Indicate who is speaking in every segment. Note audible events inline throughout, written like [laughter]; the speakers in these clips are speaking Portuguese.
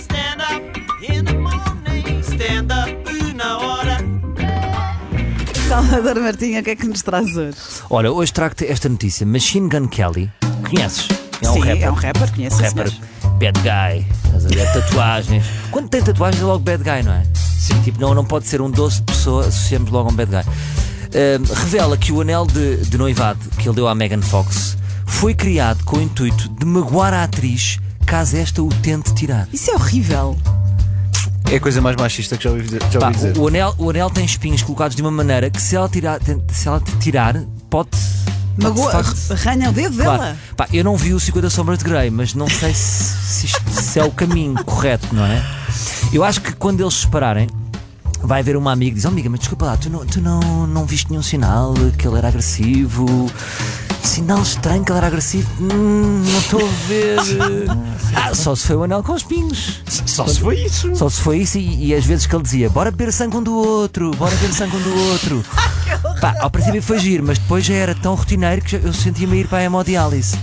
Speaker 1: stand up in the morning. Stand up na hora.
Speaker 2: Salvador Martinha, o que é que nos traz hoje?
Speaker 3: Olha, hoje trago-te esta notícia. Machine Gun Kelly, conheces? É um
Speaker 2: Sim,
Speaker 3: rapper.
Speaker 2: é um rapper, conheço
Speaker 3: rapper.
Speaker 2: senhor.
Speaker 3: Bad guy. Estás a ver? Tatuagens. Quando tem tatuagens é logo bad guy, não é? Sim. Tipo, não, não pode ser um doce de pessoa, associamos logo a um bad guy. Ahm, revela que o anel de, de noivado que ele deu à Megan Fox foi criado com o intuito de magoar a atriz caso esta o tente tirar.
Speaker 2: Isso é horrível.
Speaker 4: É a coisa mais machista que já ouvi, dizer- já
Speaker 3: Pá,
Speaker 4: ouvi dizer.
Speaker 3: o, o anel, o anel tem espinhos colocados de uma maneira que se ela tirar, se ela te tirar pode. pode, de
Speaker 2: Magoa,
Speaker 3: facto-
Speaker 2: arranha o dedo
Speaker 3: Claro.
Speaker 2: dela.
Speaker 3: Pá, eu não vi o 50 Sombras de Grey, mas não sei se, se isto se é o caminho
Speaker 4: [laughs]
Speaker 3: correto, não é? Eu acho que quando eles se separarem, vai haver uma amiga que diz: oh, amiga, mas desculpa lá, tu, não, tu não, não viste nenhum sinal que ele era agressivo? Sinal estranho que ele era agressivo? Hum, não estou a
Speaker 4: [laughs]
Speaker 3: ver. ah, só se foi o anel com os pinhos.
Speaker 4: Só se foi isso.
Speaker 3: Só se foi isso e, e às vezes que ele dizia Bora beber sangue um do outro, bora beber sangue um do outro Pá, ao princípio foi giro Mas depois já era tão rotineiro que já- eu sentia-me a ir para a hemodiálise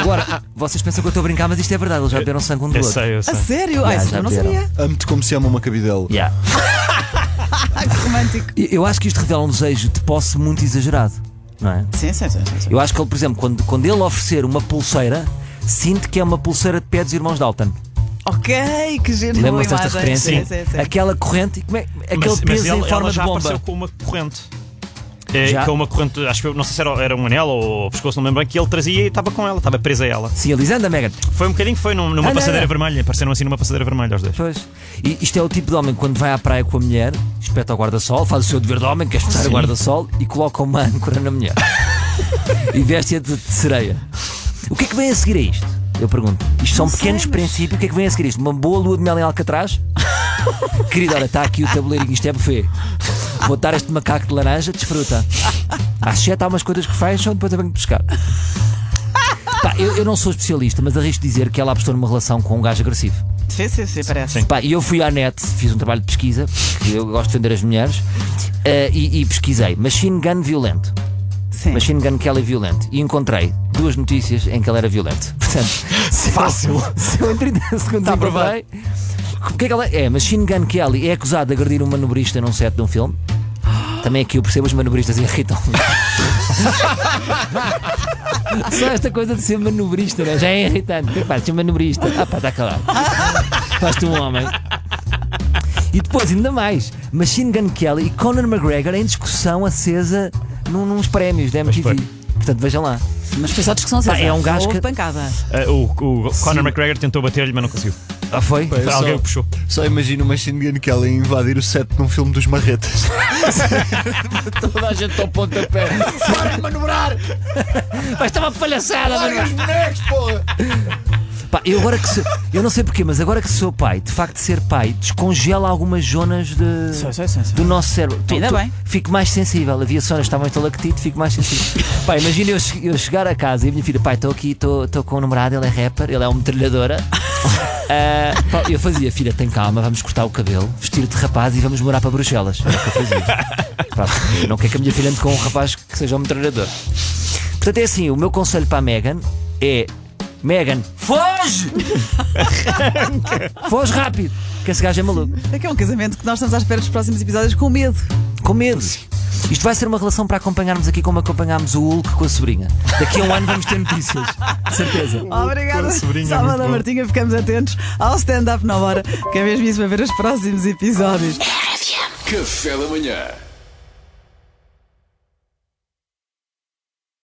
Speaker 3: Agora, vocês pensam que eu estou a brincar Mas isto é verdade, eles já beberam sangue um do
Speaker 5: Eu
Speaker 3: outro
Speaker 5: sei, eu
Speaker 2: A
Speaker 5: sei.
Speaker 2: sério?
Speaker 3: Já,
Speaker 2: Ai, isso
Speaker 3: já
Speaker 2: eu não
Speaker 3: vieram.
Speaker 2: sabia.
Speaker 4: Amo-te como se ama uma cabidela.
Speaker 3: Yeah.
Speaker 2: Ai, que romântico.
Speaker 3: E- Eu acho que isto revela um desejo de posse muito exagerado Não é?
Speaker 2: Sim, sim, sim. sim, sim.
Speaker 3: Eu acho que ele, por exemplo, quando, quando ele oferecer uma pulseira Sinto que é uma pulseira de pé dos irmãos Dalton
Speaker 2: Ok, que giro.
Speaker 3: Lembram-se
Speaker 2: boa
Speaker 3: desta
Speaker 2: imagem.
Speaker 3: referência?
Speaker 2: Sim, sim, sim.
Speaker 3: Aquela corrente, como é, aquele
Speaker 5: Mas- mas
Speaker 3: peso
Speaker 5: ele-
Speaker 3: em
Speaker 5: ela
Speaker 3: forma de
Speaker 5: já
Speaker 3: bomba
Speaker 5: apareceu com uma corrente. É,
Speaker 3: Já?
Speaker 5: com uma corrente, acho que eu não sei se era, era um anel ou o pescoço, não me lembro bem, que ele trazia e estava com ela, estava presa a ela.
Speaker 3: Sim, ele diz, anda Megan
Speaker 5: Foi um bocadinho, foi num- numa
Speaker 3: Ah, não,
Speaker 5: passadeira
Speaker 3: não.
Speaker 5: vermelha, apareceram assim numa passadeira vermelha os dois.
Speaker 3: Pois. E isto é o tipo de homem que quando vai à praia com a mulher, espeta o guarda-sol, faz o seu dever de homem, quer espetar o guarda-sol e coloca uma âncora na mulher. e veste-a de, de sereia. O que é que vem a seguir a isto? Eu pergunto. Isto são
Speaker 2: Não sei,
Speaker 3: pequenos
Speaker 2: mas-
Speaker 3: princípios, o que é que vem a seguir a isto? Uma boa lua de mel em
Speaker 2: [laughs]
Speaker 3: Alcatraz? Querida, olha, está aqui o tabuleirinho, isto é buffet. Vou dar este macaco de laranja, desfruta. Às sete há umas coisas que fecham, depois eu venho pescar. Pá, eu, eu não sou especialista, mas arrisco dizer que ela apostou numa relação com um gajo agressivo.
Speaker 2: Sim, sim, sim, parece.
Speaker 3: Pá, e eu fui à net, fiz um trabalho de pesquisa, porque eu gosto de defender as mulheres, eh, e, e pesquisei Machine Gun Violento,
Speaker 2: Sim.
Speaker 3: Machine Gun Kelly Violento, e encontrei duas notícias em que ele era violento. [laughs] Portanto, se fácil! Eu, se eu em 30 [laughs] segundos encontrei. Porque é que ela é? Machine Gun Kelly é acusado de agredir um manobrista num set de um filme. Também aqui eu percebo os manobristas irritam-me. Só esta coisa de ser manobrista, não é? já é irritante. Tem parte de ser manobrista. Ah, pá, está calado. Faz-te um homem. E depois, ainda mais, Machine Gun Kelly e Conor McGregor em discussão acesa num, nos prémios da MTV.
Speaker 5: foi.
Speaker 3: Portanto, vejam lá.
Speaker 2: Mas foi só discussão
Speaker 3: Pá,
Speaker 2: César.
Speaker 3: é um gajo
Speaker 2: Houve
Speaker 3: que-
Speaker 2: pancada.
Speaker 5: Ah, o o Conor McGregor tentou bater-lhe, mas não conseguiu.
Speaker 3: Ah, foi?
Speaker 4: Bem, eu
Speaker 5: Alguém
Speaker 4: só-
Speaker 5: o puxou.
Speaker 4: Só imagino uma Machine Gun Kelly invadir o set num filme dos marretas.
Speaker 3: Toda a gente ao pontapé.
Speaker 4: Para de manobrar!
Speaker 3: Mas estava é palhaçada, mano.
Speaker 4: os bonecos, porra!
Speaker 3: Pá, eu agora que sou, eu não sei porquê, mas agora que sou pai, de facto ser pai descongela algumas zonas de,
Speaker 2: Sim, sim, sim, sim.
Speaker 3: do nosso cérebro. Tu-
Speaker 2: Ainda
Speaker 3: tu-
Speaker 2: bem.
Speaker 3: Fico mais sensível. Havia zonas que estavam em talactite, fico mais sensível.
Speaker 2: [laughs]
Speaker 3: Pá, imagina eu, che- eu chegar a casa e a minha filha, pai, estou aqui, estou com um namorado, ele é rapper, ele é uma
Speaker 2: [laughs]
Speaker 3: metralhadora. Ah, pá, eu fazia, filha, tem calma, vamos cortar o cabelo, vestir-te de rapaz e vamos morar para Bruxelas. Era o que eu
Speaker 2: [laughs]
Speaker 3: fazia. Pá, eu não quero que a minha filha ande com um rapaz que seja um metralhador. Portanto, é assim, o meu conselho para a Megan é. Megan,
Speaker 2: [laughs]
Speaker 3: foge! foge rápido, que esse gajo é maluco.
Speaker 2: É que é um casamento que nós estamos à espera dos próximos episódios com medo.
Speaker 3: Com medo. Isto vai ser uma relação para acompanharmos aqui como acompanhámos o Hulk com a sobrinha. Daqui a um ano vamos ter notícias. De certeza.
Speaker 2: Obrigada,
Speaker 5: sobrinha, muito
Speaker 2: Salvador
Speaker 5: bom.
Speaker 2: Martinha. Ficamos atentos ao stand-up na hora, que é mesmo isso para ver os próximos episódios.
Speaker 6: Café da manhã.